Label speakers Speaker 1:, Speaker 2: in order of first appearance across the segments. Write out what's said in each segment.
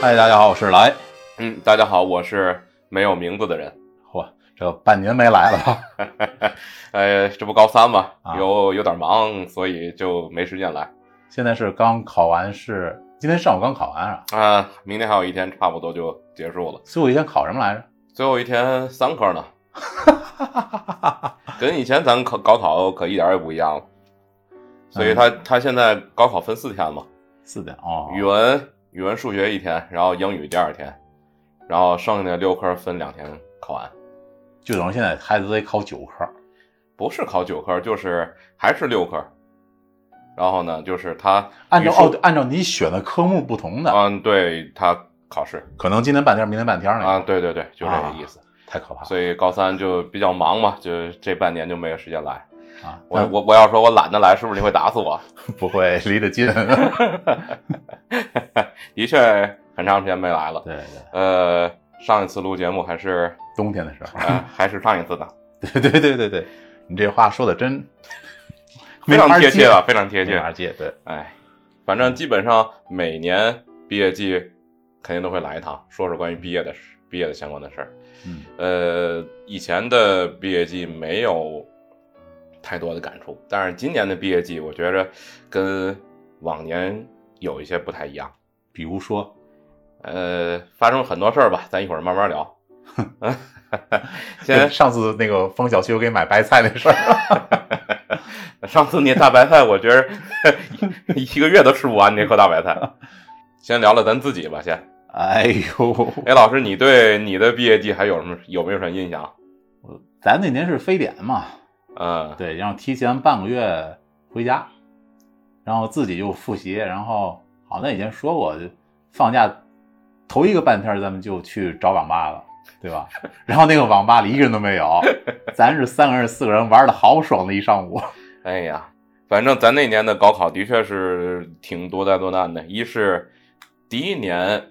Speaker 1: 嗨，大家好，我是来。
Speaker 2: 嗯，大家好，我是没有名字的人。
Speaker 1: 嚯，这半年没来了啊吧？
Speaker 2: 呃，这不高三嘛
Speaker 1: 啊，
Speaker 2: 有有点忙，所以就没时间来。
Speaker 1: 现在是刚考完试，今天上午刚考完啊。
Speaker 2: 啊、明天还有一天，差不多就结束了。
Speaker 1: 最后一天考什么来着？
Speaker 2: 最后一天三科 呢，跟以前咱考高考可一点儿也不一样了。所
Speaker 1: 嗯
Speaker 2: 以他他现在高考分四天嘛，
Speaker 1: 四点哦，
Speaker 2: 语文、语文、数学一天，然后英语第二天，然后剩下的六科分两天考完。
Speaker 1: 就等于现在孩子得考九科。
Speaker 2: 不是考九科，就是还是六科。然后呢，就是他
Speaker 1: 按照
Speaker 2: 语数
Speaker 1: 哦，按照你选的科目不同的，
Speaker 2: 嗯，对他考试
Speaker 1: 可能今天半天，明天半天那种
Speaker 2: 啊，对对对，就这个意思。
Speaker 1: 太可怕了
Speaker 2: 所以高三就比较忙嘛，就这半年就没有时间来。
Speaker 1: 啊！
Speaker 2: 我我我要说我懒得来，是不是你会打死我？
Speaker 1: 但不会离得 近。
Speaker 2: 的确，很长时间没来了。
Speaker 1: 对对，
Speaker 2: 呃，上一次录节目还是
Speaker 1: 冬天的时候。
Speaker 2: 呃还是上一次的，
Speaker 1: 对对对对对，你这话说的真
Speaker 2: 非常贴切
Speaker 1: 啊，
Speaker 2: 啊，非常贴
Speaker 1: 没
Speaker 2: 切。
Speaker 1: 法接。对，
Speaker 2: 哎，反正基本上每年毕业季肯定都会来一趟，说说关于毕业的事、毕业的相关的事儿。
Speaker 1: 嗯，
Speaker 2: 呃，以前的毕业季没有太多的感触，但是今年的毕业季，我觉着跟往年有一些不太一样。
Speaker 1: 比如说，
Speaker 2: 呃，发生了很多事儿吧，咱一会儿慢慢聊。
Speaker 1: 跟
Speaker 2: 先
Speaker 1: 上次那个封小区我给买白菜那事儿，
Speaker 2: 上次那大白菜，我觉着 一一个月都吃不完那颗大白菜。先聊聊咱自己吧，先。
Speaker 1: 哎呦，
Speaker 2: 哎，老师，你对你的毕业季还有什么有没有什么印象？
Speaker 1: 咱那年是非典嘛，
Speaker 2: 嗯，
Speaker 1: 对，然后提前半个月回家，然后自己就复习，然后好像以前说过，就放假头一个半天儿咱们就去找网吧了，对吧？ 然后那个网吧里一个人都没有，咱是三个人、四个人玩的好爽的一上午。
Speaker 2: 哎呀，反正咱那年的高考的确是挺多灾多难的。一是第一年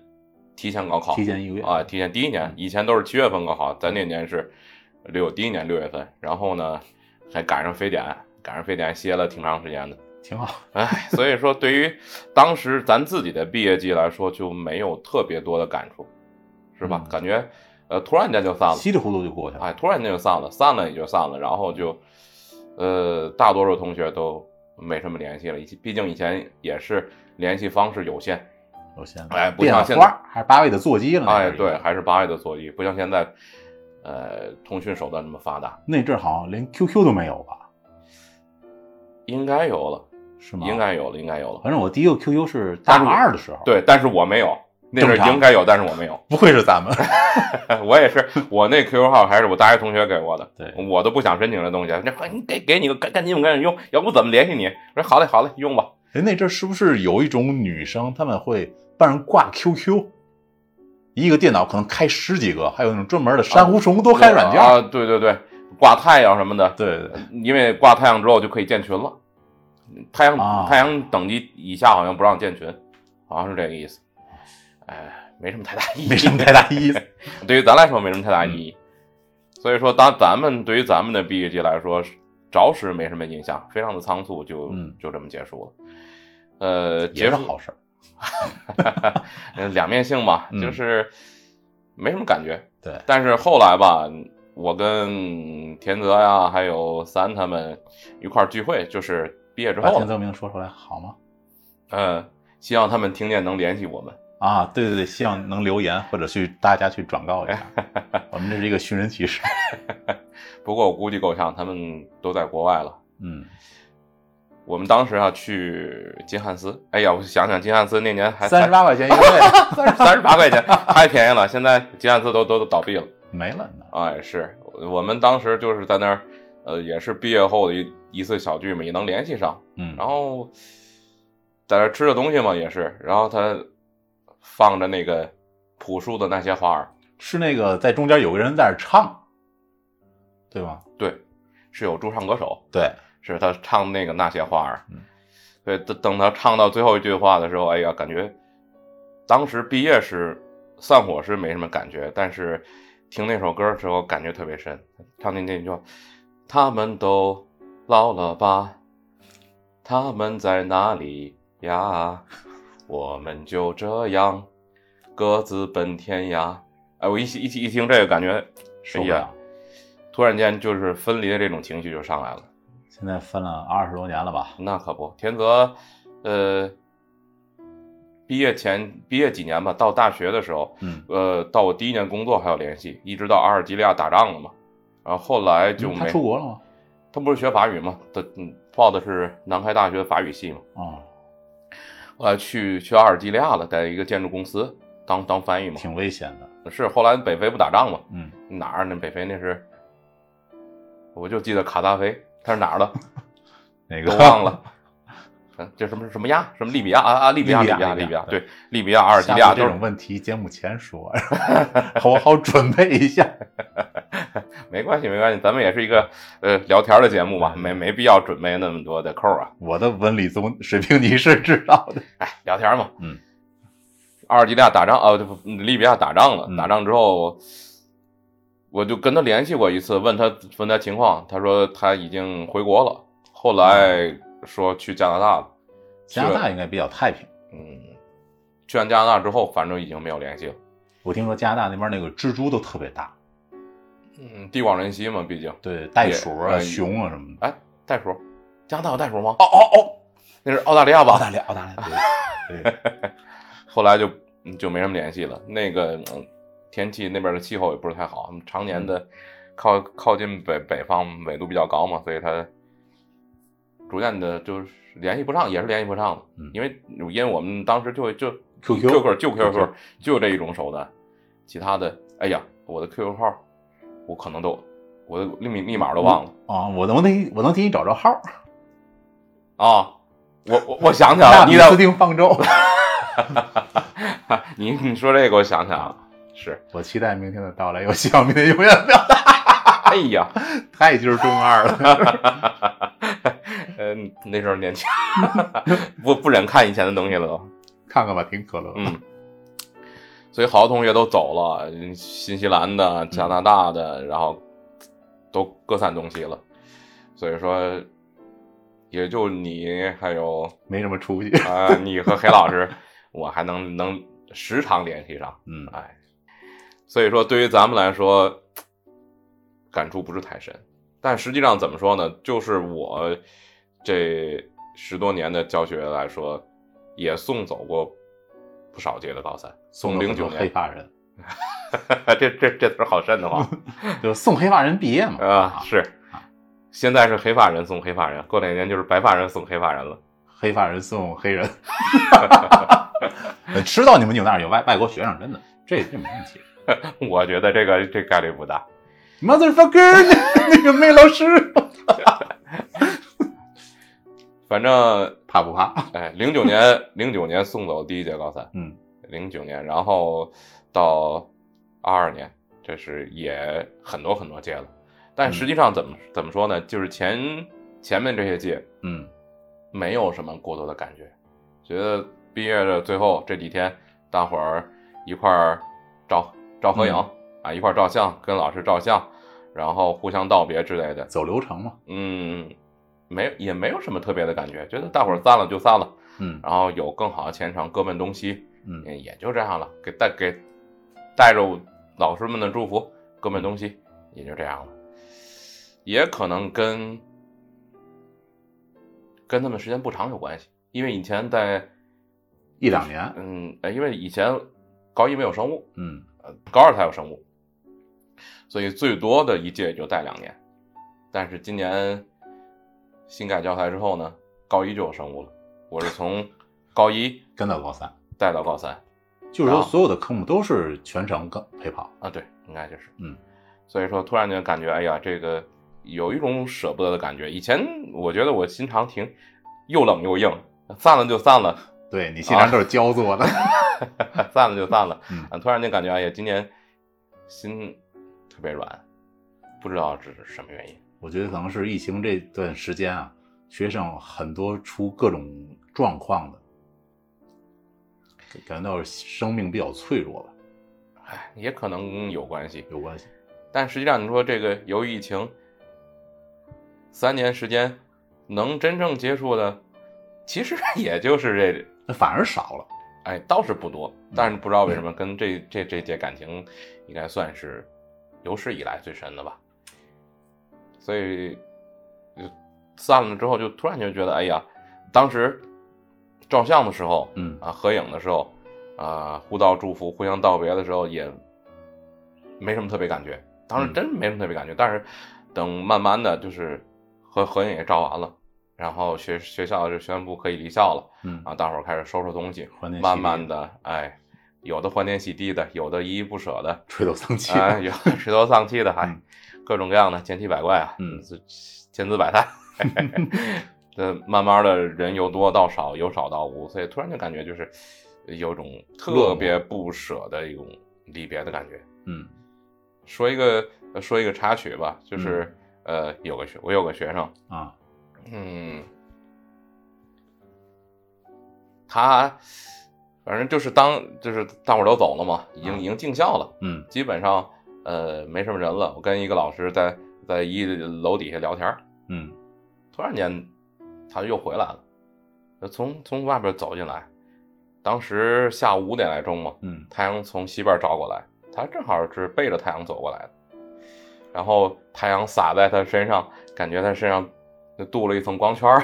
Speaker 2: 提前高考，
Speaker 1: 提前一个月嗯
Speaker 2: 啊，提前第一年，以前都是七月份高考，咱那年是六第一年六月份，然后呢还赶上非典，赶上非典歇了挺长时间的。
Speaker 1: 挺好，
Speaker 2: 哎，所以说对于当时咱自己的毕业季来说，就没有特别多的感触，是吧？
Speaker 1: 嗯
Speaker 2: 感觉呃突然间就散了。
Speaker 1: 稀里糊涂就过去了。
Speaker 2: 哎，突然间就散了，散了也就散了，然后就，呃，大多数同学都没什么联系了，以及毕竟以前也是联系方式有限，
Speaker 1: 有现在
Speaker 2: 哎，不
Speaker 1: 变
Speaker 2: 像
Speaker 1: 了
Speaker 2: 现
Speaker 1: 花
Speaker 2: 在，
Speaker 1: 儿，还是八位的座机了。
Speaker 2: 哎，对，，还是八月的座机，不像现在，呃，通讯手段那么发达，
Speaker 1: 那阵儿好像连 QQ 都没有吧？
Speaker 2: 应该有了，
Speaker 1: 是吗？
Speaker 2: 应。该有了，应该有了，
Speaker 1: 反正我第一个 QQ 是大
Speaker 2: 但是
Speaker 1: 二的时候，，
Speaker 2: 对，但是我没有，那
Speaker 1: 正
Speaker 2: 是
Speaker 1: 常
Speaker 2: 应该有，但是我 没有，
Speaker 1: 不愧是 咱们。
Speaker 2: 我也是，我那 QQ 号还是我大学同学给我的，
Speaker 1: 对
Speaker 2: 我都不想申请这东西，那快你给给你个赶赶紧赶紧用，要不怎么联系你？我说好嘞好嘞，用吧。
Speaker 1: 哎，那阵儿是不是有一种女生，她们会帮人挂 QQ，一个电脑可能开十几个，还有那种专门的珊瑚虫多开软件儿。
Speaker 2: 啊，对对对，挂太阳什么的，
Speaker 1: 对对对，
Speaker 2: 因为挂太阳之后就可以建群了。太阳、
Speaker 1: 啊
Speaker 2: 太阳等级以下好像不让建群，好像是这个意思。哎，没什么太大意义，
Speaker 1: 没什么太大意思。
Speaker 2: 对于咱来说没什么太大意义。所以说，当咱们对于咱们的毕业季来说，着实没什么印象，非常的仓促，就、
Speaker 1: 嗯
Speaker 2: 就这么结束了。呃，
Speaker 1: 也
Speaker 2: 结
Speaker 1: 是
Speaker 2: 束
Speaker 1: 好事儿。
Speaker 2: 呃 两面性吧，
Speaker 1: 嗯
Speaker 2: 就是没什么感觉。
Speaker 1: 对，
Speaker 2: 但是后来吧，我跟田泽呀，还有三他们一块儿聚会，就是毕业之
Speaker 1: 把
Speaker 2: 后
Speaker 1: 啊田
Speaker 2: 了，
Speaker 1: 泽明说出来好吗？
Speaker 2: 嗯，希望他们听见能联系我们。
Speaker 1: 啊，对对对，希望能留言或者去大家去转告 一下，我们这是一个寻人启事。
Speaker 2: 不过我估计够呛，他们都在国外了。
Speaker 1: 嗯，
Speaker 2: 我们当时啊去金汉斯，哎呀，我想想金汉斯那年还
Speaker 1: 三十八块钱一个月
Speaker 2: 三十八块钱， 太便宜了。现在金汉斯都都都倒闭了。
Speaker 1: 没了呢。
Speaker 2: 哎，是我们当时就是在那儿，呃，也是毕业后的一一次小聚嘛，也能联系上。
Speaker 1: 嗯，
Speaker 2: 然后在那吃着东西嘛，也是，然后他放着那个朴树的那些花儿，
Speaker 1: 是那个在中间有个人在那儿唱，对吗？
Speaker 2: 对，是有驻唱歌手，
Speaker 1: 对，
Speaker 2: 是他唱那个那些花儿
Speaker 1: 嗯，
Speaker 2: 对，等等他唱到最后一句话的时候，哎呀，感觉当时毕业时散伙是没什么感觉，但是听那首歌的时候感觉特别深，唱那那句话，他们都老了吧，他们在哪里呀？我们就这样各自奔天涯。哎，我一一一听这个，感觉
Speaker 1: 受不
Speaker 2: 哎
Speaker 1: 了
Speaker 2: 呀。突然间就是分离的这种情绪就上来了。
Speaker 1: 现在分了二十多年了吧？
Speaker 2: 那可不，田泽，呃，毕业前毕业几年吧，到大学的时候，
Speaker 1: 嗯，
Speaker 2: 呃，到我第一年工作还有联系，一直到阿尔及利亚打仗了嘛，然后后来就没
Speaker 1: 嗯他出国了吗？
Speaker 2: 他不是学法语嘛，他嗯报的是南开大学法语系嘛，
Speaker 1: 哦，
Speaker 2: 后来去去阿尔及利亚了，在一个建筑公司当当翻译嘛。
Speaker 1: 挺危险的。
Speaker 2: 是后来北非不打仗嘛，
Speaker 1: 嗯，
Speaker 2: 哪儿呢？北非那是，我就记得卡扎菲，他是哪儿的？
Speaker 1: 哪个
Speaker 2: 都忘了。嗯，这什么什么亚？什么利比亚啊啊？利比亚，
Speaker 1: 利
Speaker 2: 利
Speaker 1: 比亚
Speaker 2: 比亚，利
Speaker 1: 利比亚
Speaker 2: 比亚，
Speaker 1: 对
Speaker 2: 对，利比亚、阿尔及利亚
Speaker 1: 下次
Speaker 2: 都
Speaker 1: 这
Speaker 2: 是
Speaker 1: 种问题节目前说， 我好准备一下。
Speaker 2: 没关系，没关系，咱们也是一个呃聊天的节目嘛，
Speaker 1: 对
Speaker 2: 没没必要准备那么多的扣啊，
Speaker 1: 我的文理综水平你是知道的。
Speaker 2: 聊天嘛。
Speaker 1: 嗯，
Speaker 2: 阿尔及利亚打仗啊，这不利比亚打仗了
Speaker 1: 嗯，
Speaker 2: 打仗之后，我就跟他联系过一次，问他问他情况，他说他已经回国了，后来说去加拿大了，
Speaker 1: 加拿大应该比较太平。
Speaker 2: 嗯，去完加拿大之后，反正已经没有联系了。
Speaker 1: 我听说加拿大那边那个蜘蛛都特别大，
Speaker 2: 嗯，地广人稀嘛，毕竟。
Speaker 1: 对，袋鼠啊、
Speaker 2: 哎
Speaker 1: 熊啊什么的。
Speaker 2: 哎，袋鼠，加拿大有袋鼠吗？哦哦哦，那是澳大利亚
Speaker 1: 澳
Speaker 2: 吧？
Speaker 1: 大利亚，澳大利亚，对，对
Speaker 2: 后来就嗯就没什么联系了。那个、嗯天气那边的气候也不是太好，常年
Speaker 1: 嗯
Speaker 2: 的靠靠近北北方纬度比较高嘛，所以它逐渐的就是联系不上，也是联系不上了。
Speaker 1: 嗯
Speaker 2: 因为因为我们当时就就
Speaker 1: QQ
Speaker 2: QQ 就
Speaker 1: QQ
Speaker 2: QQ 就这一种手段，其他的哎呀，我的 QQ 号我可能都我的密密码都忘了。
Speaker 1: 啊，我能替我能替你找着号儿，
Speaker 2: 啊，我我我想起来
Speaker 1: 大
Speaker 2: 了，
Speaker 1: 名
Speaker 2: 你得
Speaker 1: 自定方舟。
Speaker 2: 你你说这个，我想想啊，是，
Speaker 1: 我期待明天的到来，又希望明天永远不要。
Speaker 2: 哎呀，
Speaker 1: 太今儿中二了，
Speaker 2: 嗯、那时候年轻， 不不忍看以前的东西了都，
Speaker 1: 看看吧，挺可乐。
Speaker 2: 嗯。所以好多同学都走了，新西兰的、加拿大的，然后都各散东西了。所以说，也就你还有
Speaker 1: 没什么出息。
Speaker 2: 啊、呃你和黑老师，我还能能时常联系上。
Speaker 1: 嗯，
Speaker 2: 哎，所以说对于咱们来说，感触不是太深。但实际上怎么说呢？就是我这十多年的教学来说，也送走过不少届的高三。
Speaker 1: 送
Speaker 2: 从
Speaker 1: 了
Speaker 2: 零
Speaker 1: 很多
Speaker 2: 九
Speaker 1: 黑
Speaker 2: 年，
Speaker 1: 发人，
Speaker 2: 这这这词儿好瘆得 慌
Speaker 1: 就送黑发人毕业嘛。
Speaker 2: 啊！是，现在是黑发人送黑发人，过两年就是白发人送黑发人了。
Speaker 1: 黑发人送黑人， 知道你们纽那儿有外外国学生，真的，这这没问题。
Speaker 2: 我觉得这个这概率不大。
Speaker 1: Motherfucker，那个梅老师
Speaker 2: 反正，
Speaker 1: 怕不怕？
Speaker 2: 哎，零九年零九年送走第一届高三，
Speaker 1: 嗯，
Speaker 2: 零九年，然后到二二年，这是也很多很多届了。但实际上怎么、怎么说呢？就是前前面这些届
Speaker 1: 嗯，
Speaker 2: 没有什么过多的感觉，觉得毕业的最后这几天，大伙儿一块儿照照合影、啊，一块儿照相，跟老师照相，然后互相道别之类的。
Speaker 1: 走流程嘛。
Speaker 2: 嗯，没有也没有什么特别的感觉，觉得大伙儿散了就散了，
Speaker 1: 嗯
Speaker 2: 然后有更好的前程，各奔东西。
Speaker 1: 嗯，
Speaker 2: 也也就这样了，给带给带着老师们的祝福，各奔东西，也就这样了。也可能跟跟他们时间不长有关系，因为以前在
Speaker 1: 一两年。
Speaker 2: 嗯，呃因为以前高一没有生物，
Speaker 1: 嗯，
Speaker 2: 呃高二才有生物，所以最多的一届也就带两年。但是今年新改教材之后呢，高一就有生物了，我是从高一
Speaker 1: 跟到高三，
Speaker 2: 带到高三。
Speaker 1: 就是说
Speaker 2: 啊
Speaker 1: 所有的科目都是全程跟陪跑。
Speaker 2: 啊，对，应该就是，
Speaker 1: 嗯，
Speaker 2: 所以说突然间感觉，哎呀，这个有一种舍不得的感觉。以前我觉得我心肠挺又冷又硬，散了就散了，
Speaker 1: 对你心肠都是焦做的。
Speaker 2: 散了就散了，
Speaker 1: 嗯
Speaker 2: 啊，突然间感觉，哎呀，今年心特别软，不知道这是什么原因。
Speaker 1: 我觉得可能是疫情这段时间啊，学生很多出各种状况的，感感觉到生命比较脆弱吧，
Speaker 2: 哎，也可能有关系，
Speaker 1: 有关系。
Speaker 2: 但实际上你说这个由于疫情，三年时间能真正接触的，其实也就是这
Speaker 1: 那反而少了，
Speaker 2: 哎，倒是不多，但是不知道为什么跟这这这届感情应该算是有史以来最深的吧。所以呃散了之后，就突然就觉得，哎呀，当时照相的时候，
Speaker 1: 嗯
Speaker 2: 啊，合影的时候，啊，互道祝福、互相道别的时候，也没什么特别感觉。当时真没什么特别感觉，但是等慢慢的就是合合影也照完了，然后学学校就宣布可以离校了
Speaker 1: 嗯
Speaker 2: 啊，大伙儿开始收拾东西，
Speaker 1: 怀念
Speaker 2: 慢
Speaker 1: 洗
Speaker 2: 慢
Speaker 1: 涤
Speaker 2: 的，哎，有的欢天喜地的，有的依依不舍的，
Speaker 1: 垂头丧气。
Speaker 2: 啊，有的垂头丧气的，还
Speaker 1: 嗯
Speaker 2: 各种各样的千奇百怪啊，
Speaker 1: 嗯
Speaker 2: 这千姿百 态。 呃，慢慢的人由多到少，由少到无，所以突然就感觉就是有种特
Speaker 1: 落寞
Speaker 2: 别不舍的一种离别的感觉。
Speaker 1: 嗯
Speaker 2: 说一个呃说一个插曲吧，就是、
Speaker 1: 嗯
Speaker 2: 呃，有个学我有个学生，
Speaker 1: 啊，
Speaker 2: 嗯，他反正就是当就是大伙儿都走了嘛，已经已经进校了，
Speaker 1: 嗯
Speaker 2: 基本上呃没什么人了。我跟一个老师在在一楼底下聊天儿，
Speaker 1: 嗯
Speaker 2: 突然间他又回来了，就从从外边走进来，当时下午五点来钟嘛，
Speaker 1: 嗯
Speaker 2: 太阳从西边照过来，他正好是背着太阳走过来的，然后太阳洒在他身上，感觉他身上就镀了一层光圈儿，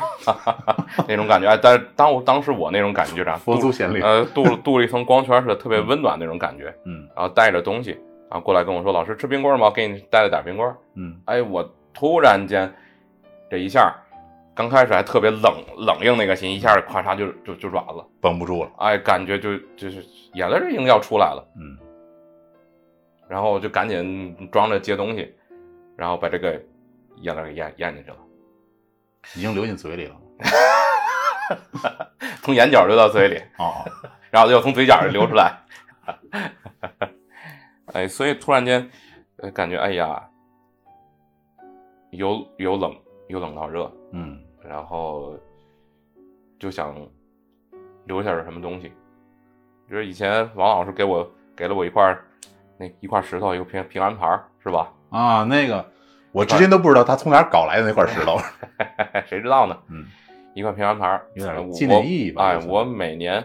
Speaker 2: 那种感觉。哎，但当我当时我那种感觉就是啥，
Speaker 1: 佛
Speaker 2: 镀
Speaker 1: 祖显灵
Speaker 2: 呃，镀了镀了一层光圈儿似的，特别温暖那种感觉。
Speaker 1: 嗯
Speaker 2: 然后带着东西，然后过来跟我说：“老师吃冰棍儿吗？我给你带了点冰棍儿。”
Speaker 1: 嗯
Speaker 2: 哎，我突然间这一下，刚开始还特别冷冷硬那个心，一下咔嚓就就就软了，
Speaker 1: 绷不住了。
Speaker 2: 哎，感觉就就是眼泪儿已经要出来了。
Speaker 1: 嗯
Speaker 2: 然后我就赶紧装着接东西，然后把这个眼泪给咽咽进去了，
Speaker 1: 已经流进嘴里了。
Speaker 2: 从眼角流到嘴里，
Speaker 1: 哦，
Speaker 2: 然后又从嘴角流出来。 哎，所以突然间，呃，感觉哎呀，由由冷由冷到热，
Speaker 1: 嗯
Speaker 2: 然后就想留下点什么东西。就是以前王老师给我给了我一块儿那一块石头，一个平平安牌儿是吧？
Speaker 1: 啊，那个我至今都不知道他从哪儿搞来的那块石头。
Speaker 2: 哎谁知道呢？
Speaker 1: 嗯
Speaker 2: 一块平安牌儿，
Speaker 1: 有点
Speaker 2: 呃我
Speaker 1: 纪念意义吧
Speaker 2: 哎
Speaker 1: 就，是
Speaker 2: 我每年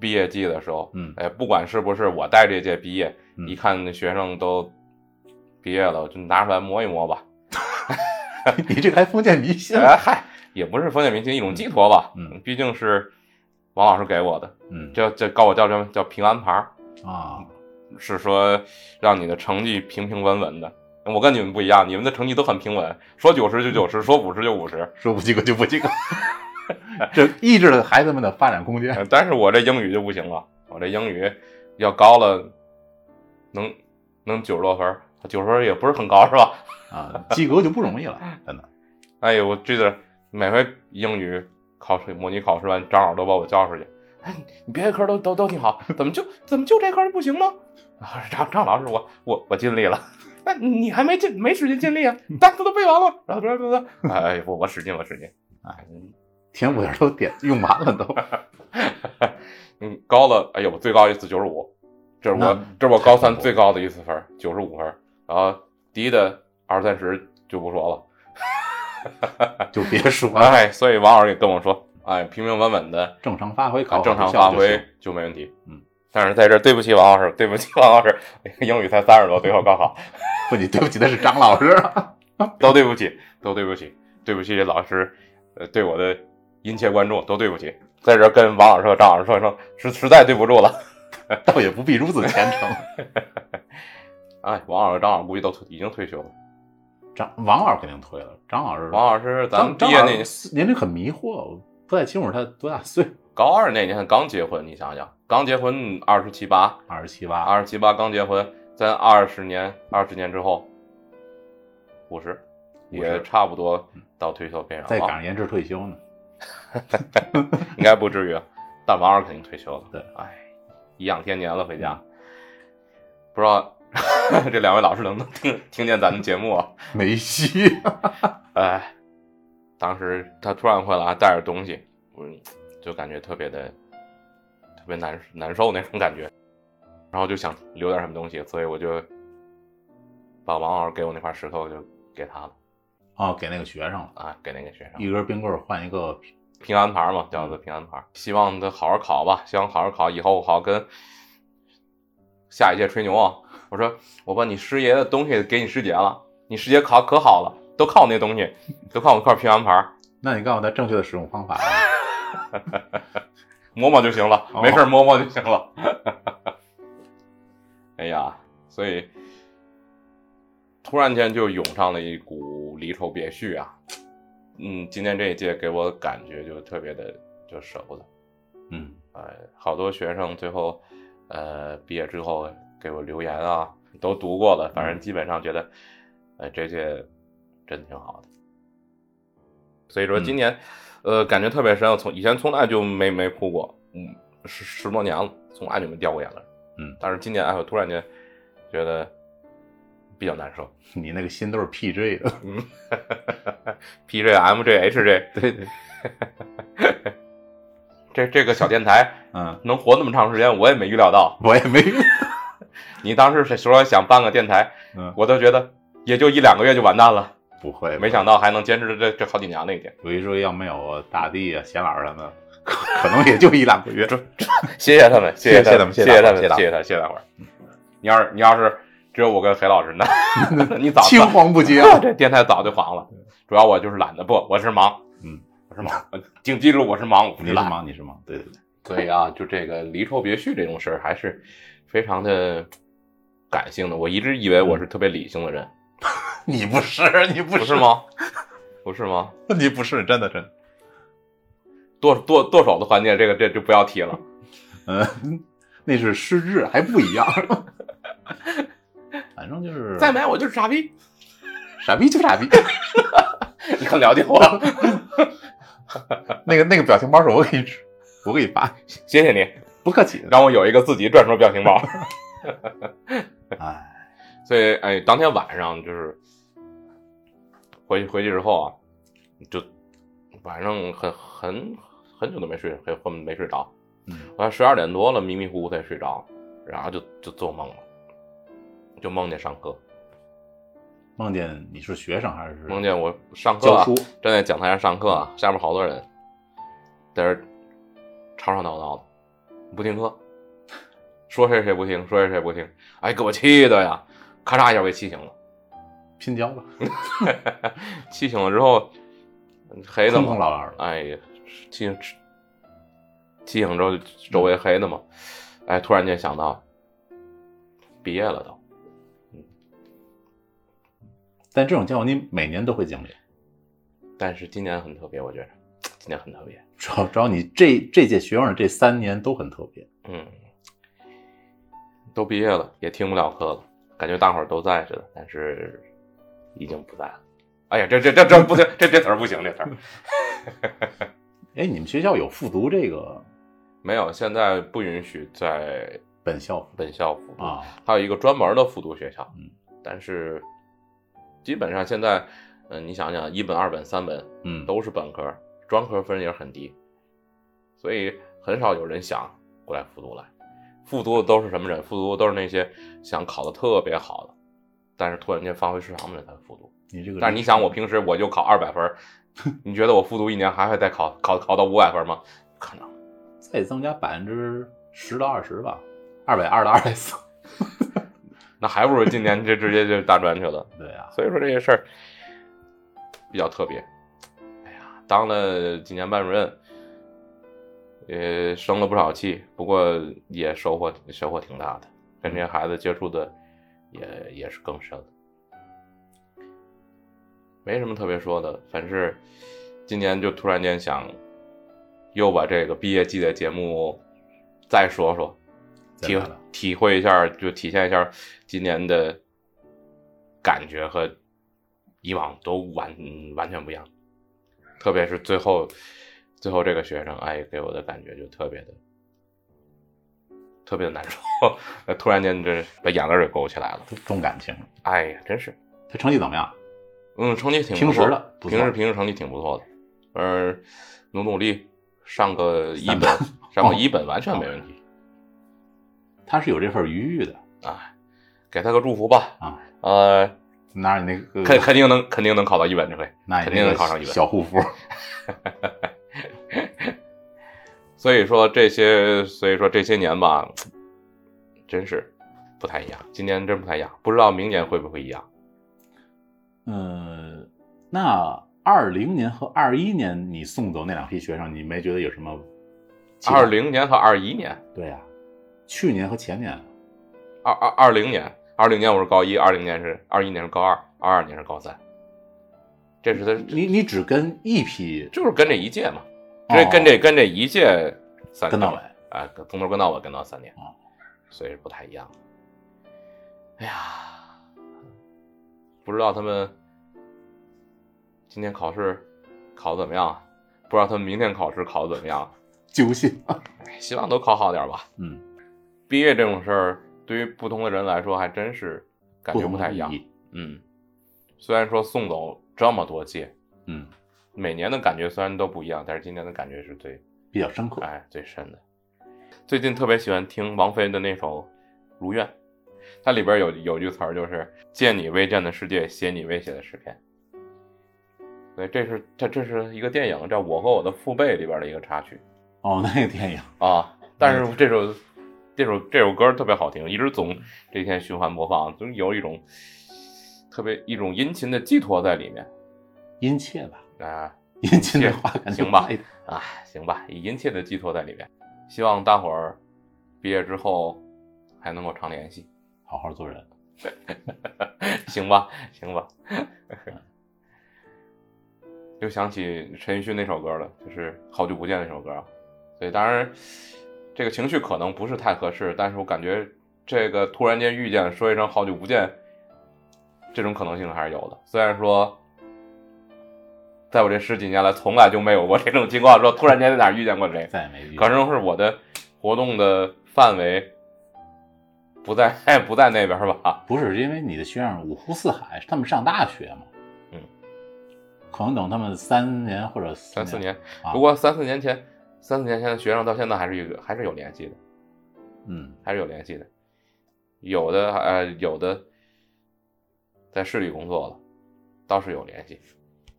Speaker 2: 毕业季的时候，
Speaker 1: 嗯
Speaker 2: 哎，不管是不是我带这届毕业，
Speaker 1: 嗯
Speaker 2: 一看那学生都毕业了，我就拿出来摸一摸吧。
Speaker 1: 你这个还封建迷信？
Speaker 2: 哎嗨，也不是封建迷信，一种寄托吧。
Speaker 1: 嗯，
Speaker 2: 毕竟是王老师给我的，
Speaker 1: 嗯
Speaker 2: 这这告我叫什么叫平安牌儿，
Speaker 1: 啊，
Speaker 2: 是说让你的成绩平平稳稳的。我跟你们不一样，你们的成绩都很平稳，说九十就九十，说五十就五十。
Speaker 1: 说不及格就不及格， 这抑制了孩子们的发展空间。
Speaker 2: 呃但是我这英语就不行了，我这英语要高了，能能九十多分儿，九十分儿也不是很高是吧？
Speaker 1: 啊，及格就不容易 了，真的。
Speaker 2: 哎呦，我记得每回英语考试模拟考试完，张老都把我叫出去，哎，你别的科都都都挺好，怎么就怎么就这科不行 呢？啊，张张老师，我我我尽力了。 那你还没尽没使劲尽力啊？单词都背完了， 然后然后然后，哎，我我使劲，我使劲。 哎
Speaker 1: 填补点都点用完 了都，
Speaker 2: 嗯，高了，哎呦，我最高一次九十五，这是我
Speaker 1: 那
Speaker 2: 这是我高
Speaker 1: 太恐
Speaker 2: 三
Speaker 1: 怖了
Speaker 2: 最高的一次分，九十五分。然后低的二三十就不说
Speaker 1: 就别说
Speaker 2: 了，
Speaker 1: 了，
Speaker 2: 哎，所以王老师也跟我说，哎，平平稳稳的，
Speaker 1: 正常发挥，
Speaker 2: 啊
Speaker 1: 考好
Speaker 2: 正常
Speaker 1: 学校
Speaker 2: 发
Speaker 1: 哦就
Speaker 2: 挥
Speaker 1: 行。
Speaker 2: 就没问题。
Speaker 1: 嗯，
Speaker 2: 但是在这儿对不起王老师，对不起王老师，英语才三十多，最后高 考
Speaker 1: 不，你对不起的是张老师。啊
Speaker 2: 都对不起，都对不起，对不起这老师，呃，对我的殷切关注都对不起。在这儿跟王老师和张老师说一声，实实在对不住了。
Speaker 1: 倒也不必如此虔诚。
Speaker 2: 哎，王老师、张老师估计都退已经退休了。
Speaker 1: 张王老师肯定退了，张老师，
Speaker 2: 王老师，咱们
Speaker 1: 张
Speaker 2: 毕
Speaker 1: 张
Speaker 2: 业
Speaker 1: 老
Speaker 2: 那
Speaker 1: 师年龄很迷惑，我不太清楚他多大岁，
Speaker 2: 高二那年刚结婚，你想想，刚结婚二十七八，
Speaker 1: 二十七八，
Speaker 2: 二十七八刚结婚，咱二十年，二十年之后，五十，也
Speaker 1: 50
Speaker 2: 差不多到退休边
Speaker 1: 嗯再
Speaker 2: 缘
Speaker 1: 赶
Speaker 2: 了啊，
Speaker 1: 上延迟退休呢。
Speaker 2: 应该不至于，但王二肯定退休了。
Speaker 1: 对，
Speaker 2: 哎，颐养天年了，回
Speaker 1: 嗯
Speaker 2: 家，不知道 这两位老师能不能听听见咱们节目啊？
Speaker 1: 梅西，
Speaker 2: 哎，当时他突然回来，带着东西，我就感觉特别的，特别难难受那种感觉，然后就想留点什么东西，所以我就把王老师给我那块石头就给他了，
Speaker 1: 哦，给那个学生了，
Speaker 2: 啊，给那个学生，
Speaker 1: 一根冰棍儿换一个
Speaker 2: 平安牌嘛，叫做平安牌。希望他好好考吧，希望好好考，以后我好好跟下一届吹牛啊。我说我把你师爷的东西给你师姐了，你师姐考可好了，都靠我那东西，都靠我那块平安牌，
Speaker 1: 那你告诉他正确的使用方法啊吧。
Speaker 2: 摸摸就行了，
Speaker 1: 哦
Speaker 2: 没事儿摸摸就行了。 哎呀，所以突然间就涌上了一股离愁别绪啊。嗯，今年这一届给我感觉就特别的就舍不得，
Speaker 1: 嗯，
Speaker 2: 呃，好多学生最后呃毕业之后给我留言啊，都读过了，反正
Speaker 1: 嗯
Speaker 2: 基本上觉得，呃，这届真挺好的。所以说
Speaker 1: 嗯
Speaker 2: 今年，呃，感觉特别深，我从以前从来就没没哭过，嗯，十十多年了，从来就没掉过眼泪，
Speaker 1: 嗯
Speaker 2: 但是今年哎，我突然间觉得比较难受，
Speaker 1: 你那个心都是 PJ 的，
Speaker 2: 嗯，P J M J H J，
Speaker 1: 对对，
Speaker 2: 这这个小电台
Speaker 1: 嗯，
Speaker 2: 能活那么长时间，我也没预料到。
Speaker 1: 我也没，
Speaker 2: 你当时是说想办个电台，
Speaker 1: 嗯，
Speaker 2: 我都觉得也就一两个月就完蛋了，
Speaker 1: 不会，
Speaker 2: 没想到还能坚持这这好几年了已经。
Speaker 1: 有一说一要没有大地啊、贤老师他们，可可能也就一两个月。
Speaker 2: 谢谢他们，谢
Speaker 1: 谢谢
Speaker 2: 他们，
Speaker 1: 谢
Speaker 2: 谢
Speaker 1: 谢
Speaker 2: 他
Speaker 1: 他
Speaker 2: 们，
Speaker 1: 们
Speaker 2: 谢谢他们，谢谢大伙儿。你要是你要是只有我跟黑老 师，那你早
Speaker 1: 青黄不接
Speaker 2: 早
Speaker 1: 了。
Speaker 2: 这电台早就黄了。主要我就是懒得不，我是忙，
Speaker 1: 嗯，
Speaker 2: 我是忙， 请记住我是忙，我不
Speaker 1: 你
Speaker 2: 是
Speaker 1: 是
Speaker 2: 懒。
Speaker 1: 忙，你是忙，对对对，
Speaker 2: 所以啊，就这个离愁别绪这种事儿，还是非常的感性的。我一直以为我是特别理性的人，
Speaker 1: 你不是，你不
Speaker 2: 嗯不是？吗？不是吗？
Speaker 1: 你不是，真的真的，
Speaker 2: 剁剁剁手的环节，这个这就不要提了。
Speaker 1: 嗯，那是失智，还不 一样。反正就是
Speaker 2: 再买我就是傻逼，
Speaker 1: 傻逼就傻逼，
Speaker 2: 你很了解我，
Speaker 1: 那个那个表情包是我给你吃，我给你发，
Speaker 2: 谢谢你，
Speaker 1: 不客气。
Speaker 2: 让我有一个自己专属表情 包。
Speaker 1: 哎，
Speaker 2: 所以，哎，当天晚上就是回去回去之后啊，就晚上很很很久都没睡，很很没睡着。
Speaker 1: 嗯
Speaker 2: 我到十二点多了，迷迷糊糊才睡着，然后就就做梦了，就梦见上课，
Speaker 1: 梦见你是学生还是
Speaker 2: 梦见我上课、
Speaker 1: 教
Speaker 2: 啊
Speaker 1: 书，？
Speaker 2: 站在讲台上上课啊，下面好多人在这儿吵吵闹闹的，不听课，说谁谁不听，说谁谁不听，哎，给我气的呀，咔嚓一下被气醒了。
Speaker 1: 拼教吧，
Speaker 2: 气醒了之 后，黑的
Speaker 1: 空空
Speaker 2: 嘛，
Speaker 1: 落落的。
Speaker 2: 哎呀，气醒气醒之后周围黑的嘛，哎，突然间想到，毕业了都，
Speaker 1: 但这种情况你每年都会经历，
Speaker 2: 但是今年很特别，我觉着今年很特别，
Speaker 1: 只要只要你这这届学生的这三年都很特别。
Speaker 2: 嗯，都毕业了，也听不了课了，感觉大伙儿都在似的，但是已经不在了。哎呀，这这这这不行，这这词儿不行，这词儿
Speaker 1: 哎，你们学校有复读这个
Speaker 2: 没有，现在不允许在
Speaker 1: 本校服
Speaker 2: 本校服
Speaker 1: 啊？
Speaker 2: 还有一个专门的复读学校。
Speaker 1: 嗯，
Speaker 2: 但是基本上现在，嗯、你想想，一本、二本、三本
Speaker 1: 嗯，
Speaker 2: 都是本科，专科分也是很低，所以很少有人想过来复读来。复读的都是什么人？复读的都是那些想考的特别好的，但是突然间发挥失常的人才复读。
Speaker 1: 你这个，
Speaker 2: 但是你想，我平时我就考二百分儿， 你觉得我复读一年还会再考考考到五百分吗？不可能。
Speaker 1: 再增加百分之十到二十吧，二百二到二百四。
Speaker 2: 那还不如今年就直接就大专去了。
Speaker 1: 对啊，
Speaker 2: 所以说这些事儿比较特别。哎呀，当了几年班主任，呃，生了不少气，不过也收获收获挺大的，跟这些孩子接触的也也是更深了。没什么特别说的，反正今年就突然间想，又把这个毕业季的节目再说说，
Speaker 1: 再
Speaker 2: 体
Speaker 1: 聊聊
Speaker 2: 体会一下，就体现一下今年的感觉和以往都完嗯完全不一样。特别是最后最后这个学生，哎，给我的感觉就特别的特别的难受，突然间这把眼泪儿给勾起来了。
Speaker 1: 都重感情了。
Speaker 2: 哎呀，真是，
Speaker 1: 他成绩怎么样？
Speaker 2: 嗯，成绩挺不
Speaker 1: 平
Speaker 2: 错
Speaker 1: 时的不错
Speaker 2: 平时平时成绩挺不错的，呃，努努力上个一本
Speaker 1: 三，
Speaker 2: 上个一本完全没问题。
Speaker 1: 他是有这份余裕的
Speaker 2: 哎，给他个祝福吧。
Speaker 1: 啊。
Speaker 2: 呃，
Speaker 1: 拿着你那个，
Speaker 2: 肯肯定能肯定能考到一本这回，
Speaker 1: 拿你
Speaker 2: 肯定
Speaker 1: 那
Speaker 2: 能考上一
Speaker 1: 个
Speaker 2: 本
Speaker 1: 小护肤，
Speaker 2: 所以说这些，所以说这些年吧，真是不太一样。今年真不太一样，不知道明年会不会一样。
Speaker 1: 呃，那二零年和二一年你送走那两批学生，你没觉得有什么期待？
Speaker 2: 二零年和二一年，
Speaker 1: 对呀、去年和前年，
Speaker 2: 二二二零年，二零年我是高一，二零年是二一年是高二，二二年是高三。这是他，
Speaker 1: 你你只跟一批
Speaker 2: 就是跟这一届嘛，这跟这跟这一届三
Speaker 1: 跟到尾，
Speaker 2: 啊，跟从头跟到尾跟到三年
Speaker 1: 哦，
Speaker 2: 所以不太一样。哎呀，不知道他们今天考试考得怎么样啊，不知道他们明天考试考得怎么样啊，
Speaker 1: 揪心。
Speaker 2: 哎希望都考好点吧。
Speaker 1: 嗯，
Speaker 2: 毕业这种事儿，对于不同的人来说，还真是感觉
Speaker 1: 同
Speaker 2: 不太一样
Speaker 1: 意。义
Speaker 2: 嗯，虽然说送走这么多届，
Speaker 1: 嗯，
Speaker 2: 每年的感觉虽然都不一样，但是今年的感觉是最
Speaker 1: 比较深刻。
Speaker 2: 哎，最深的。最近特别喜欢听王菲的那首《如愿》，它里边有有句词儿就是“见你未见的世界，写你未写的诗篇”。对，这是这这是一个电影叫《我和我的父辈》里边的一个插曲
Speaker 1: 哦，那个电影，
Speaker 2: 啊。但是这首这首这首歌特别好听，一直总这天循环播放，总有一种特别一种殷勤的寄托在里面
Speaker 1: 殷切吧，
Speaker 2: 啊。
Speaker 1: 殷勤的话感觉
Speaker 2: 行吧
Speaker 1: 快一点
Speaker 2: 啊，行吧，殷切的寄托在里面。希望大伙儿毕业之后还能够常联系，
Speaker 1: 好好做人。
Speaker 2: 行吧，行吧。又想起陈奕迅那首歌了，就是《好久不见》那首歌。啊所以当然，这个情绪可能不是太合适，但是我感觉这个突然间遇见，说一声“好久不见”，这种可能性还是有的。虽然说，在我这十几年来从来就没有过这种情况，说突然间在哪儿遇见过谁。
Speaker 1: 再也没遇见
Speaker 2: 可能是我的活动的范围不在 不在那边儿吧？
Speaker 1: 不是是因为你的学生五湖四海，他们上大学嘛，
Speaker 2: 嗯，
Speaker 1: 可能等他们三年或者
Speaker 2: 三四年，
Speaker 1: 啊，
Speaker 2: 不过三四年前，三四年前的学生到现在还是有还是有联系的，
Speaker 1: 嗯，
Speaker 2: 还是有联系的，有的呃有的在市里工作了，倒是有联系。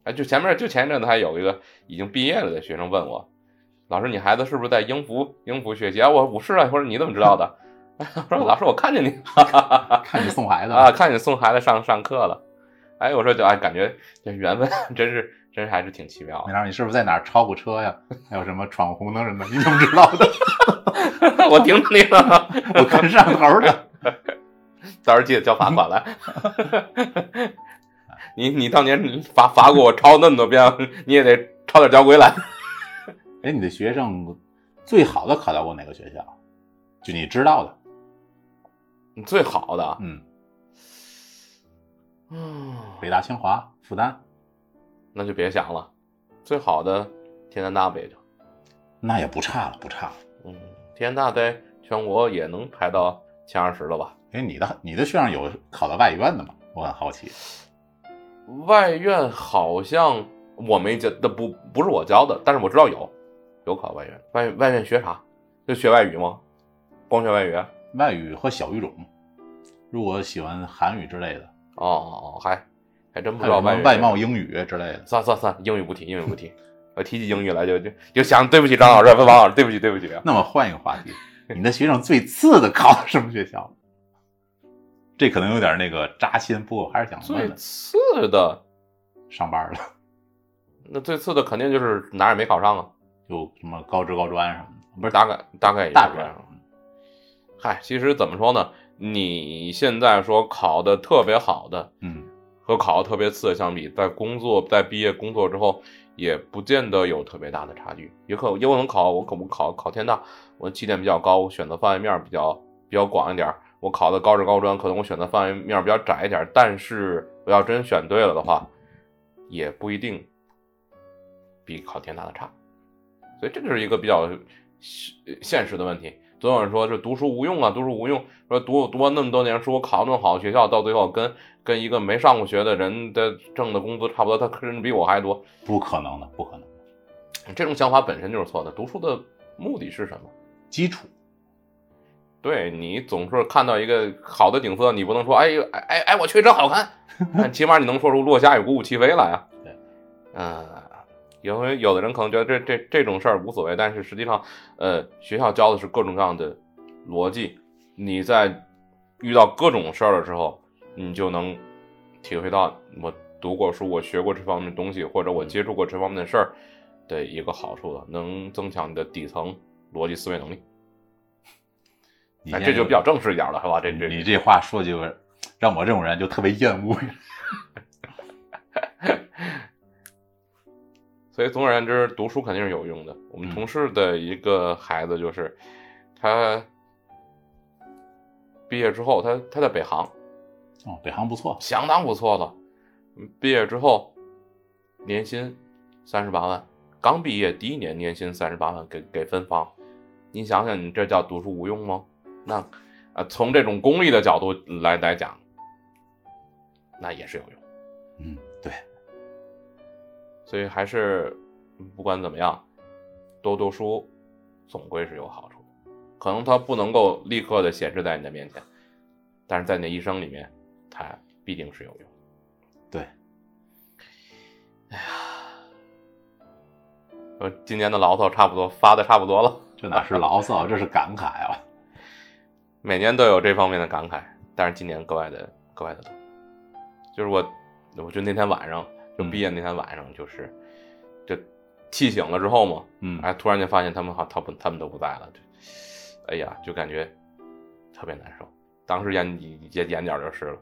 Speaker 2: 哎，就前面就前一阵子还有一个已经毕业了的学生问我，老师你孩子是不是在英孚英孚学习啊？我我是啊，我说你怎么知道的？ 我说老师我看见你，
Speaker 1: 看你送孩 子
Speaker 2: 啊，，看你送孩子上上课了，哎，我说就哎，感觉这缘分 真是真是还是挺奇妙
Speaker 1: 美郎，你是不是在哪儿超过车呀？还有什么闯红灯什么的？你怎么知道的？
Speaker 2: 的。 我听着你了，
Speaker 1: 我看上头的。
Speaker 2: 到时候记得交罚款来。 你你当年你罚罚过我抄那么多遍，你也得抄点交规来。
Speaker 1: 哎，你的学生最好的考到过哪个学校？就你知道的，
Speaker 2: 你最好的，
Speaker 1: 嗯，
Speaker 2: 嗯，
Speaker 1: 北大、清华、复旦，
Speaker 2: 那就别想了，最好的天南大北就，
Speaker 1: 那也不差了，不差了。
Speaker 2: 嗯，天南大在全国也能排到前二十了吧？
Speaker 1: 哎，你的你的学生有考到外语院的吗？我很好奇。
Speaker 2: 外院好像我没教，那不不是我教的，但是我知道有有考外院。外外院学啥？就学外语吗？光学外语？哦
Speaker 1: 外语和小语种，如果喜欢韩语之类的，
Speaker 2: 哦，还还真不知
Speaker 1: 还有
Speaker 2: 道
Speaker 1: 什么
Speaker 2: 外语。
Speaker 1: 外贸英语之类的。
Speaker 2: 算算算，英语不提，英语不提。我提起英语来就就就想对不起张老师，不王老师，对不起对不起。啊
Speaker 1: 那么换一个话题，你的学生最次的考到什么学校？这可能有点那个扎心，不过我还是想问
Speaker 2: 最
Speaker 1: 问。
Speaker 2: 次的
Speaker 1: 上班了，
Speaker 2: 那最次的肯定就是哪儿也没考上啊，
Speaker 1: 就什么高职高专什么的，不是
Speaker 2: 大概大概也就
Speaker 1: 大
Speaker 2: 这
Speaker 1: 专
Speaker 2: 样。，啊嗨，其实怎么说呢？你现在说考的特别好的，
Speaker 1: 嗯，
Speaker 2: 和考得特别次的相比，在工作在毕业工作之后，也不见得有特别大的差距。也可也可能考我可不考考天大，我起点比较高，我选择范围面比较比较广一点儿。我考的高职高专，可能我选择范围面比较窄一点儿。但是我要真选对了的话，也不一定比考天大的差。所以这就是一个比较现现实的问题。总有人说这读书无用啊，读书无用。说读读完那么多年书，考那么好的学校，到最后跟跟一个没上过学的人的挣的工资差不多，他甚至比我还多。
Speaker 1: 不可能的，不可能的。
Speaker 2: 这种想法本身就是错的。读书的目的是什么？
Speaker 1: 基础
Speaker 2: 对你总是看到一个好的景色，你不能说哎呦哎哎哎我去真好看，但起码你能说出落霞与孤鹜齐飞来啊。
Speaker 1: 对，
Speaker 2: 嗯、有回有的人可能觉得这这这种事儿无所谓，但是实际上，呃，学校教的是各种各样的逻辑，你在遇到各种事儿的时候，你就能体会到我读过书，我学过这方面的东西，或者我接触过这方面的事儿的一个好处了，能增强你的底层逻辑思维能力。
Speaker 1: 你
Speaker 2: 哎，
Speaker 1: 先
Speaker 2: 这就比较正式一点了，是吧？这这
Speaker 1: 你这话说就让我这种人就特别厌恶。
Speaker 2: 所以总而言之，读书肯定是有用的。我们
Speaker 1: 嗯
Speaker 2: 同事的一个孩子就是，他毕业之后，他他在北航，
Speaker 1: 哦，北航不错，
Speaker 2: 相当不错了。嗯毕业之后，年薪三十八万，刚毕业第一年年薪三十八万给给分房，你想想，你这叫读书无用吗？那啊、从这种功利的角度来来讲，那也是有用。
Speaker 1: 嗯，对，
Speaker 2: 所以还是嗯不管怎么样，多读书总归是有好处的。可能它不能够立刻的显示在你的面前，但是在你的一生里面，它必定是有用。
Speaker 1: 对，
Speaker 2: 哎呀，我今年的牢骚差不多发的差不多了，
Speaker 1: 这哪是牢骚，这是感慨啊！
Speaker 2: 每年都有这方面的感慨，但是今年格外的格外的多。就是我，我就那天晚上，就毕业那天晚上，就是这气醒了之后嘛，
Speaker 1: 嗯，
Speaker 2: 哎，突然间发现他们好，他不，他们都不在了，就，哎呀，就感觉特别难受。当时眼眼眼角就湿了，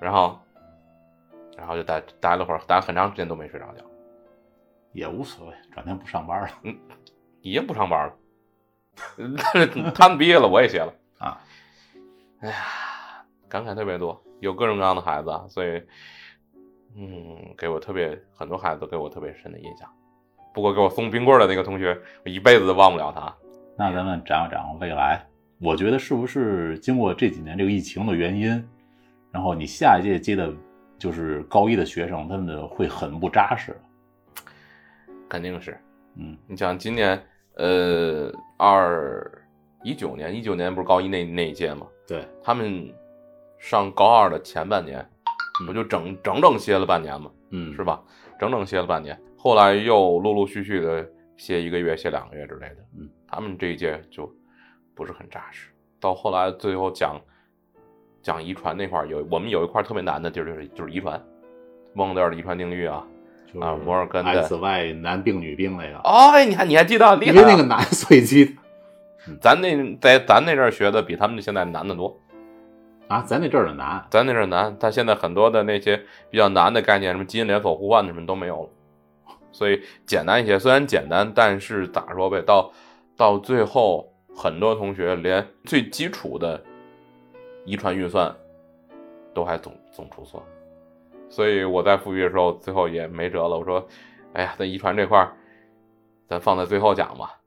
Speaker 2: 然后，然后就待待了会儿，待了很长时间都没睡着觉，
Speaker 1: 也无所谓，转天不上班了
Speaker 2: 已经不上班了。 但是他们毕业了，我也歇了。
Speaker 1: 啊。
Speaker 2: 哎呀，感慨特别多，有各种各样的孩子啊，所以，嗯，给我特别很多孩子都给我特别深的印象。不过给我送冰棍儿的那个同学，我一辈子都忘不了他。
Speaker 1: 那咱们展望展望未来，我觉得是不是经过这几年这个疫情的原因，然后你下一届接的就是高一的学生，他们的会很不扎实。
Speaker 2: 肯定是。
Speaker 1: 嗯，
Speaker 2: 你想今年，呃，二一九年，一九年不是高一那那一届吗？
Speaker 1: 对，
Speaker 2: 他们上高二的前半年，
Speaker 1: 嗯
Speaker 2: 不就整整整歇了半年吗？
Speaker 1: 嗯，
Speaker 2: 是吧？整整歇了半年，后来又陆陆续续的歇一个月、歇两个月之类的。
Speaker 1: 嗯，
Speaker 2: 他们这一届就不是很扎实，到后来最后讲讲遗传那块儿有我们有一块儿特别难的地儿，就是就是遗传，孟德尔的遗传定律啊。
Speaker 1: 就是
Speaker 2: 啊摩尔根的
Speaker 1: S Y 男病女病那个，
Speaker 2: 哦，哎你还你还记得？厉
Speaker 1: 因
Speaker 2: 害
Speaker 1: 为
Speaker 2: 啊
Speaker 1: 那个男 所以记得
Speaker 2: 咱那在咱那阵儿学的比他们现在难得多，
Speaker 1: 啊，咱那阵儿的难，
Speaker 2: 咱那阵儿难，但现在很多的那些比较难的概念，什么基因连锁互换的什么都没有了，所以简单一些，虽然简单，但是咋说呗，到到最后，很多同学连最基础的遗传运算都还总总出错，所以我在复习的时候，最后也没辙了，我说，哎呀，那遗传这块儿，咱放在最后讲吧，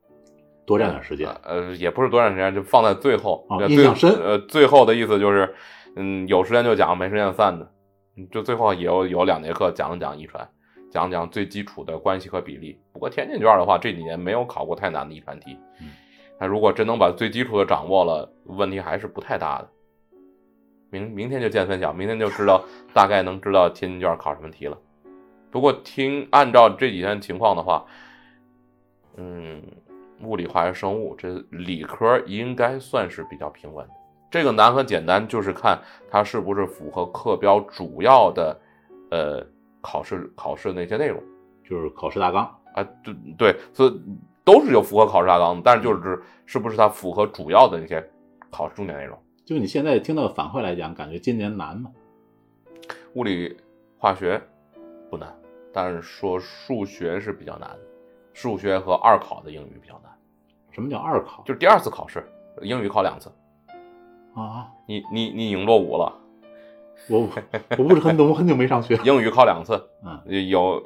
Speaker 1: 多占点时间。
Speaker 2: 呃，也不是多长时间，就放在最后。
Speaker 1: 哦
Speaker 2: 呃
Speaker 1: 印
Speaker 2: 最
Speaker 1: 象深
Speaker 2: 呃，最后的意思就是，嗯，有时间就讲，没时间就散的。嗯就最后也有有两节课讲了讲遗传，讲了讲最基础的关系和比例。不过填进卷的话，这几年没有考过太难的遗传题
Speaker 1: 嗯。
Speaker 2: 那如果真能把最基础的掌握了，问题还是不太大的。明明天就见分晓，明天就知 道大概能知道填进卷考什么题了。不过听按照这几天情况的话，嗯，物理、化学、生物这理科应该算是比较平稳的。这个难和简单就是看它是不是符合课标主要的，呃，考试考试的那些内容
Speaker 1: 就是考试大纲，
Speaker 2: 啊，对对，所以都是有符合考试大纲的，但是就是是不是它符合主要的那些考试重点内容。
Speaker 1: 就你现在听到反馈来讲，感觉今年难吗？
Speaker 2: 物理、化学不难，但是说数学是比较难的，数学和二考的英语比较难，
Speaker 1: 什么叫二考？
Speaker 2: 就是第二次考试，英语考两次，
Speaker 1: 啊，
Speaker 2: 你你你已经落伍了。
Speaker 1: 我我我不是很懂，我很久没上学。
Speaker 2: 英语考两次，
Speaker 1: 嗯，
Speaker 2: 有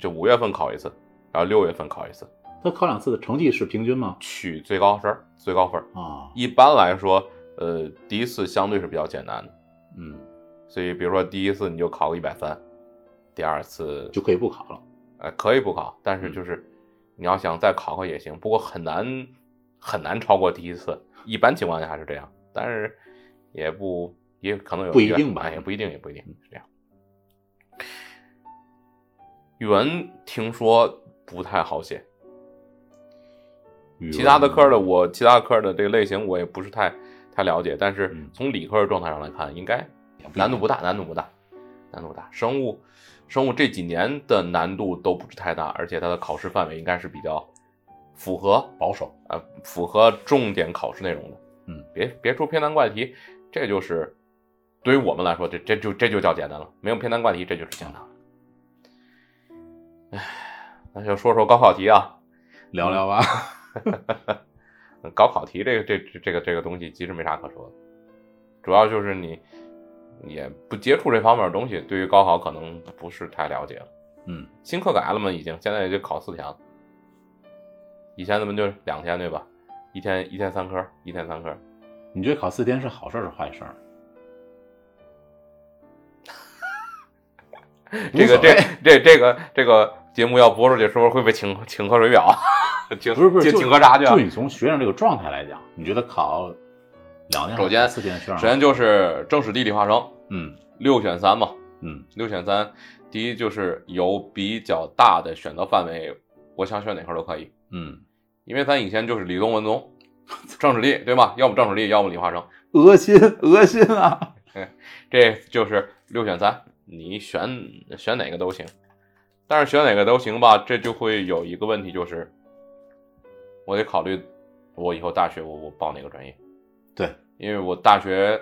Speaker 2: 就五月份考一次，然后六月份考一次，
Speaker 1: 他考两次的成绩是平均吗？
Speaker 2: 取最高分儿，最高分儿。
Speaker 1: 啊，
Speaker 2: 一般来说，呃，第一次相对是比较简单的，
Speaker 1: 嗯，
Speaker 2: 所以比如说第一次你就考个一百三，第二次
Speaker 1: 就可以不考了。
Speaker 2: 呃可以不考，但是
Speaker 1: 嗯
Speaker 2: 就是你要想再考考也行，不过很难很难超过第一次，一般情况下是这样，但是也不也可能有
Speaker 1: 不一
Speaker 2: 例外
Speaker 1: 定吧嗯
Speaker 2: 哎也不一定，也不一定是这样。语文听说不太好写，
Speaker 1: 语文
Speaker 2: 其他的科的我其他科的这个类型我也不是太太了解，但是
Speaker 1: 嗯
Speaker 2: 从理科的状态上来看，应该
Speaker 1: 也不一样
Speaker 2: 难度不大，难度不大，难度不大。生物生物这几年的难度都不是太大，而且它的考试范围应该是比较符合
Speaker 1: 保守，
Speaker 2: 呃符合重点考试内容的。
Speaker 1: 嗯，
Speaker 2: 别别出偏难怪题，这就是对于我们来说，这这就这就叫简单了。没有偏难怪题，这就是简单了。唉，那就说说高考题啊。
Speaker 1: 聊聊吧。
Speaker 2: 高考嗯题这个这这这个这个东西其实没啥可说的，主要就是你也不接触这方面的东西，对于高考可能不是太了解了。
Speaker 1: 嗯，
Speaker 2: 新课改了嘛，已经现在也就考四天了，以前咱们就两天对吧？一天一天三科，一天三科，
Speaker 1: 你觉得考四天是好事儿是坏 事儿？
Speaker 2: 这个
Speaker 1: 无所谓
Speaker 2: 这这这个这个节目要播出去，是不是会被请请喝水表？请
Speaker 1: 不是不是，
Speaker 2: 请
Speaker 1: 就
Speaker 2: 请喝茶去啊
Speaker 1: 就？你从学生这个状态来讲，你觉得考两天、
Speaker 2: 首先
Speaker 1: 四天的学生，
Speaker 2: 首先就是政史地理化生
Speaker 1: 嗯
Speaker 2: 六选三嘛，
Speaker 1: 嗯
Speaker 2: 六选三，第一就是有比较大的选择范围，我想选哪科都可以，
Speaker 1: 嗯，
Speaker 2: 因为咱以前就是理综文综，政史地对吧？要么政史地，要么理化生，
Speaker 1: 恶心恶心啊！
Speaker 2: 这就是六选三，你选选哪个都行，但是选哪个都行吧，这就会有一个问题，就是我得考虑我以后大学我我报哪个专业，
Speaker 1: 对，
Speaker 2: 因为我大学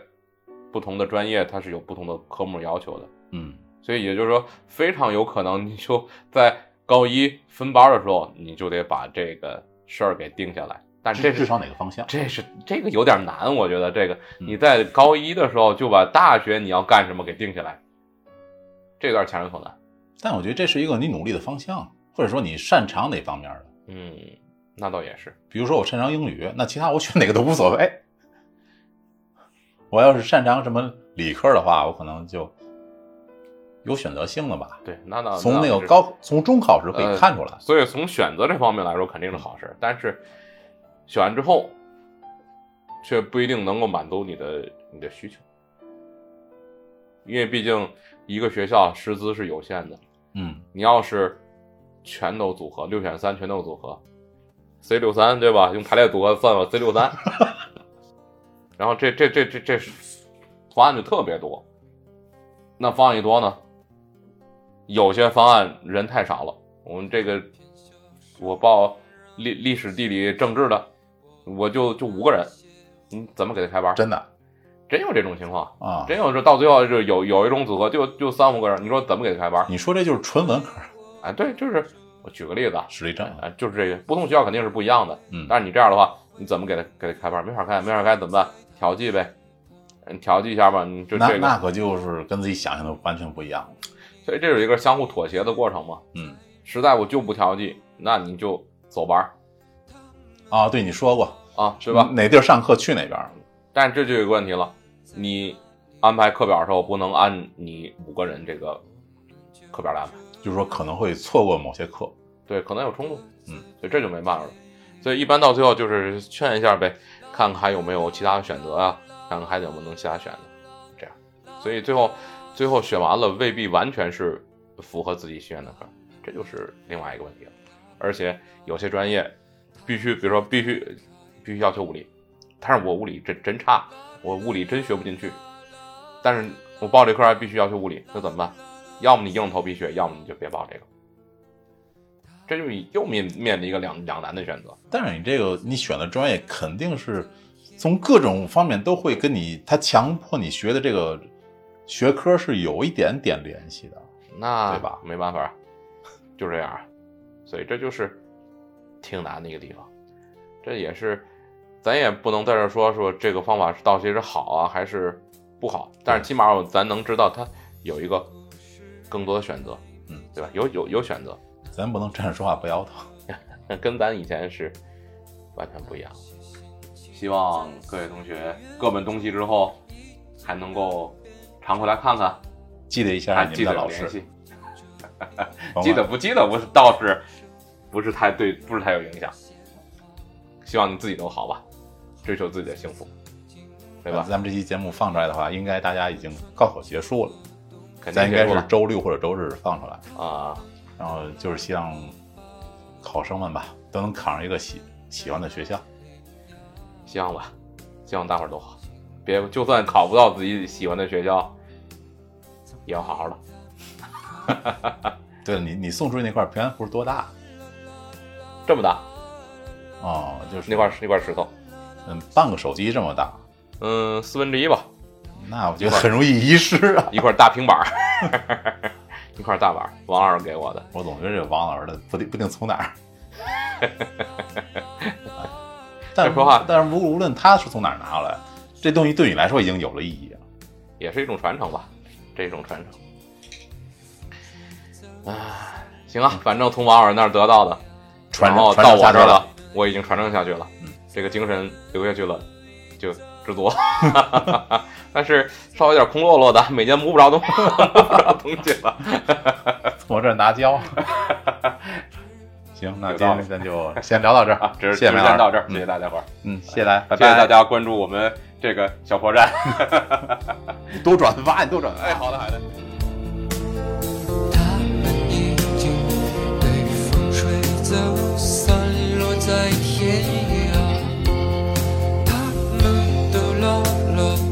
Speaker 2: 不同的专业它是有不同的科目要求的，
Speaker 1: 嗯，
Speaker 2: 所以也就是说，非常有可能你就在高一分班的时候，你就得把这个事儿给定下来。 但是这是
Speaker 1: 嗯至少哪个方向？
Speaker 2: 这是这个有点难，我觉得这个
Speaker 1: 嗯
Speaker 2: 你在高一的时候就把大学你要干什么给定下来，这有点强人所难。
Speaker 1: 但我觉得这是一个你努力的方向，或者说你擅长哪方面的。
Speaker 2: 嗯，那倒也是。
Speaker 1: 比如说我擅长英语，那其他我选哪个都无所谓。我要是擅长什么理科的话，我可能就有选择性了吧。
Speaker 2: 对，啊那倒
Speaker 1: 从那
Speaker 2: 倒
Speaker 1: 个
Speaker 2: 是呃
Speaker 1: 高，从中考时可以看出来。
Speaker 2: 所以从选择这方面来说，肯定是好事。但是选完之后，却不一定能够满足你的你的需求，因为毕竟一个学校师资是有限的。
Speaker 1: 嗯
Speaker 2: 你要是全都组合，六选三全都组合，C 六三对吧？用排列组合算了 C 六三，然后这这这这这方案就特别多。那方案一多呢，有些方案人太少了。我们这个我报历历史、地理、政治的，我就就五个人，你怎么给他开班？
Speaker 1: 真的
Speaker 2: 真有这种情况，
Speaker 1: 啊，
Speaker 2: 真有这到最后就有有一种组合就就三五个人，你说怎么给他开班？
Speaker 1: 你说这就是纯文科
Speaker 2: 啊，对，就是我举个例子啊，
Speaker 1: 实力证。
Speaker 2: 啊，就是这个不同学校肯定是不一样的，
Speaker 1: 嗯，
Speaker 2: 但是你这样的话，你怎么给他给他开班？没法开，没法开怎么办？调剂呗，嗯，调剂一下吧，你就
Speaker 1: 那
Speaker 2: 这
Speaker 1: 那
Speaker 2: 个，
Speaker 1: 可就是跟自己想象的完全不一样了。
Speaker 2: 所以这有一个相互妥协的过程嘛。
Speaker 1: 嗯，
Speaker 2: 实在我就不调剂，那你就走班儿
Speaker 1: 啊，对你说过
Speaker 2: 啊，对吧？
Speaker 1: 哪地儿上课去哪边儿。
Speaker 2: 但是这就有一个问题了，你安排课表的时候不能按你五个人这个课表来安排。
Speaker 1: 就是说可能会错过某些课。
Speaker 2: 对，可能有冲突，
Speaker 1: 嗯，
Speaker 2: 所以这就没办法了。所以一般到最后就是劝一下呗，看看还有没有其他的选择啊，看看还有没有能其他选的，这样。所以最后最后选完了未必完全是符合自己心愿的科，这就是另外一个问题了。而且有些专业必须，比如说必须必须要求物理，但是我物理真真差，我物理真学不进去，但是我报这科还必须要求物理，那怎么办？要么你硬着头皮学，要么你就别报这个。这就又面面临一个两两难的选择。
Speaker 1: 但是你这个你选的专业肯定是从各种方面都会跟你他强迫你学的这个学科是有一点点联系的。
Speaker 2: 那
Speaker 1: 对吧
Speaker 2: 没办法，就这样啊。所以这就是挺难的一个地方。这也是，咱也不能在这说说这个方法是到底是好啊还是不好，但是起码我咱能知道它有一个更多的选择，
Speaker 1: 嗯，
Speaker 2: 对吧？有有有选择，
Speaker 1: 咱不能站着说话不腰疼。
Speaker 2: 跟咱以前是完全不一样。希望各位同学各奔东西之后，还能够常回来看看，
Speaker 1: 记得一下
Speaker 2: 还
Speaker 1: 你
Speaker 2: 啊记得
Speaker 1: 们的
Speaker 2: 有
Speaker 1: 老
Speaker 2: 联
Speaker 1: 师，
Speaker 2: 系。
Speaker 1: 甭管
Speaker 2: 记得不记得我倒是不是太对，不是太有影响。希望你自己都好吧，追求自己的幸福，对吧？
Speaker 1: 咱们这期节目放出来的话，应该大家已经高考结束了，
Speaker 2: 肯定
Speaker 1: 咱应该
Speaker 2: 结束
Speaker 1: 是
Speaker 2: 了
Speaker 1: 周六或者周日放出来。
Speaker 2: 啊、
Speaker 1: 然后就是希望考生们吧都能考上一个喜喜欢的学校。
Speaker 2: 希望吧，希望大伙儿都好，别就算考不到自己喜欢的学校，也要好好的。
Speaker 1: 对了，你你送出去那块平安符是多大？
Speaker 2: 这么大
Speaker 1: 哦，就是
Speaker 2: 那块那块石头，
Speaker 1: 嗯，半个手机这么大，
Speaker 2: 嗯，四分之一吧，
Speaker 1: 那我觉得很容易遗失啊。
Speaker 2: 一块大平板儿， 一块大板儿，王老师给我的。
Speaker 1: 我总觉得这王老师的不定不定从哪 儿。但是
Speaker 2: 说话
Speaker 1: 但是无无论他是从哪儿拿来，这东西对你来说已经有了意义了。
Speaker 2: 也是一种传承吧，这一种传承。啊，行啊，反正从王老师那儿得到的，
Speaker 1: 传
Speaker 2: 然后
Speaker 1: 承
Speaker 2: 到我
Speaker 1: 传承下
Speaker 2: 这
Speaker 1: 去
Speaker 2: 儿
Speaker 1: 了，
Speaker 2: 了，我已经传承下去了。
Speaker 1: 嗯，
Speaker 2: 这个精神留下去了，就知足 了。但是稍微有点空落落的，每年摸不着东 西，摸不着东西了。
Speaker 1: 从我这儿拿胶。 行，那今天咱就先聊到这儿
Speaker 2: 啊，，只是
Speaker 1: 谢谢
Speaker 2: 只
Speaker 1: 梅
Speaker 2: 是先到
Speaker 1: 老师，
Speaker 2: 这儿，谢
Speaker 1: 嗯
Speaker 2: 谢大家伙儿，
Speaker 1: 嗯，谢谢大家，拜
Speaker 2: 谢谢
Speaker 1: 拜，
Speaker 2: 大家关注我们这个小破站。
Speaker 1: 多转发，你多转发。
Speaker 2: 哎，好的，好的。
Speaker 3: 他们已经被风吹走，散落在天涯。他们都老了，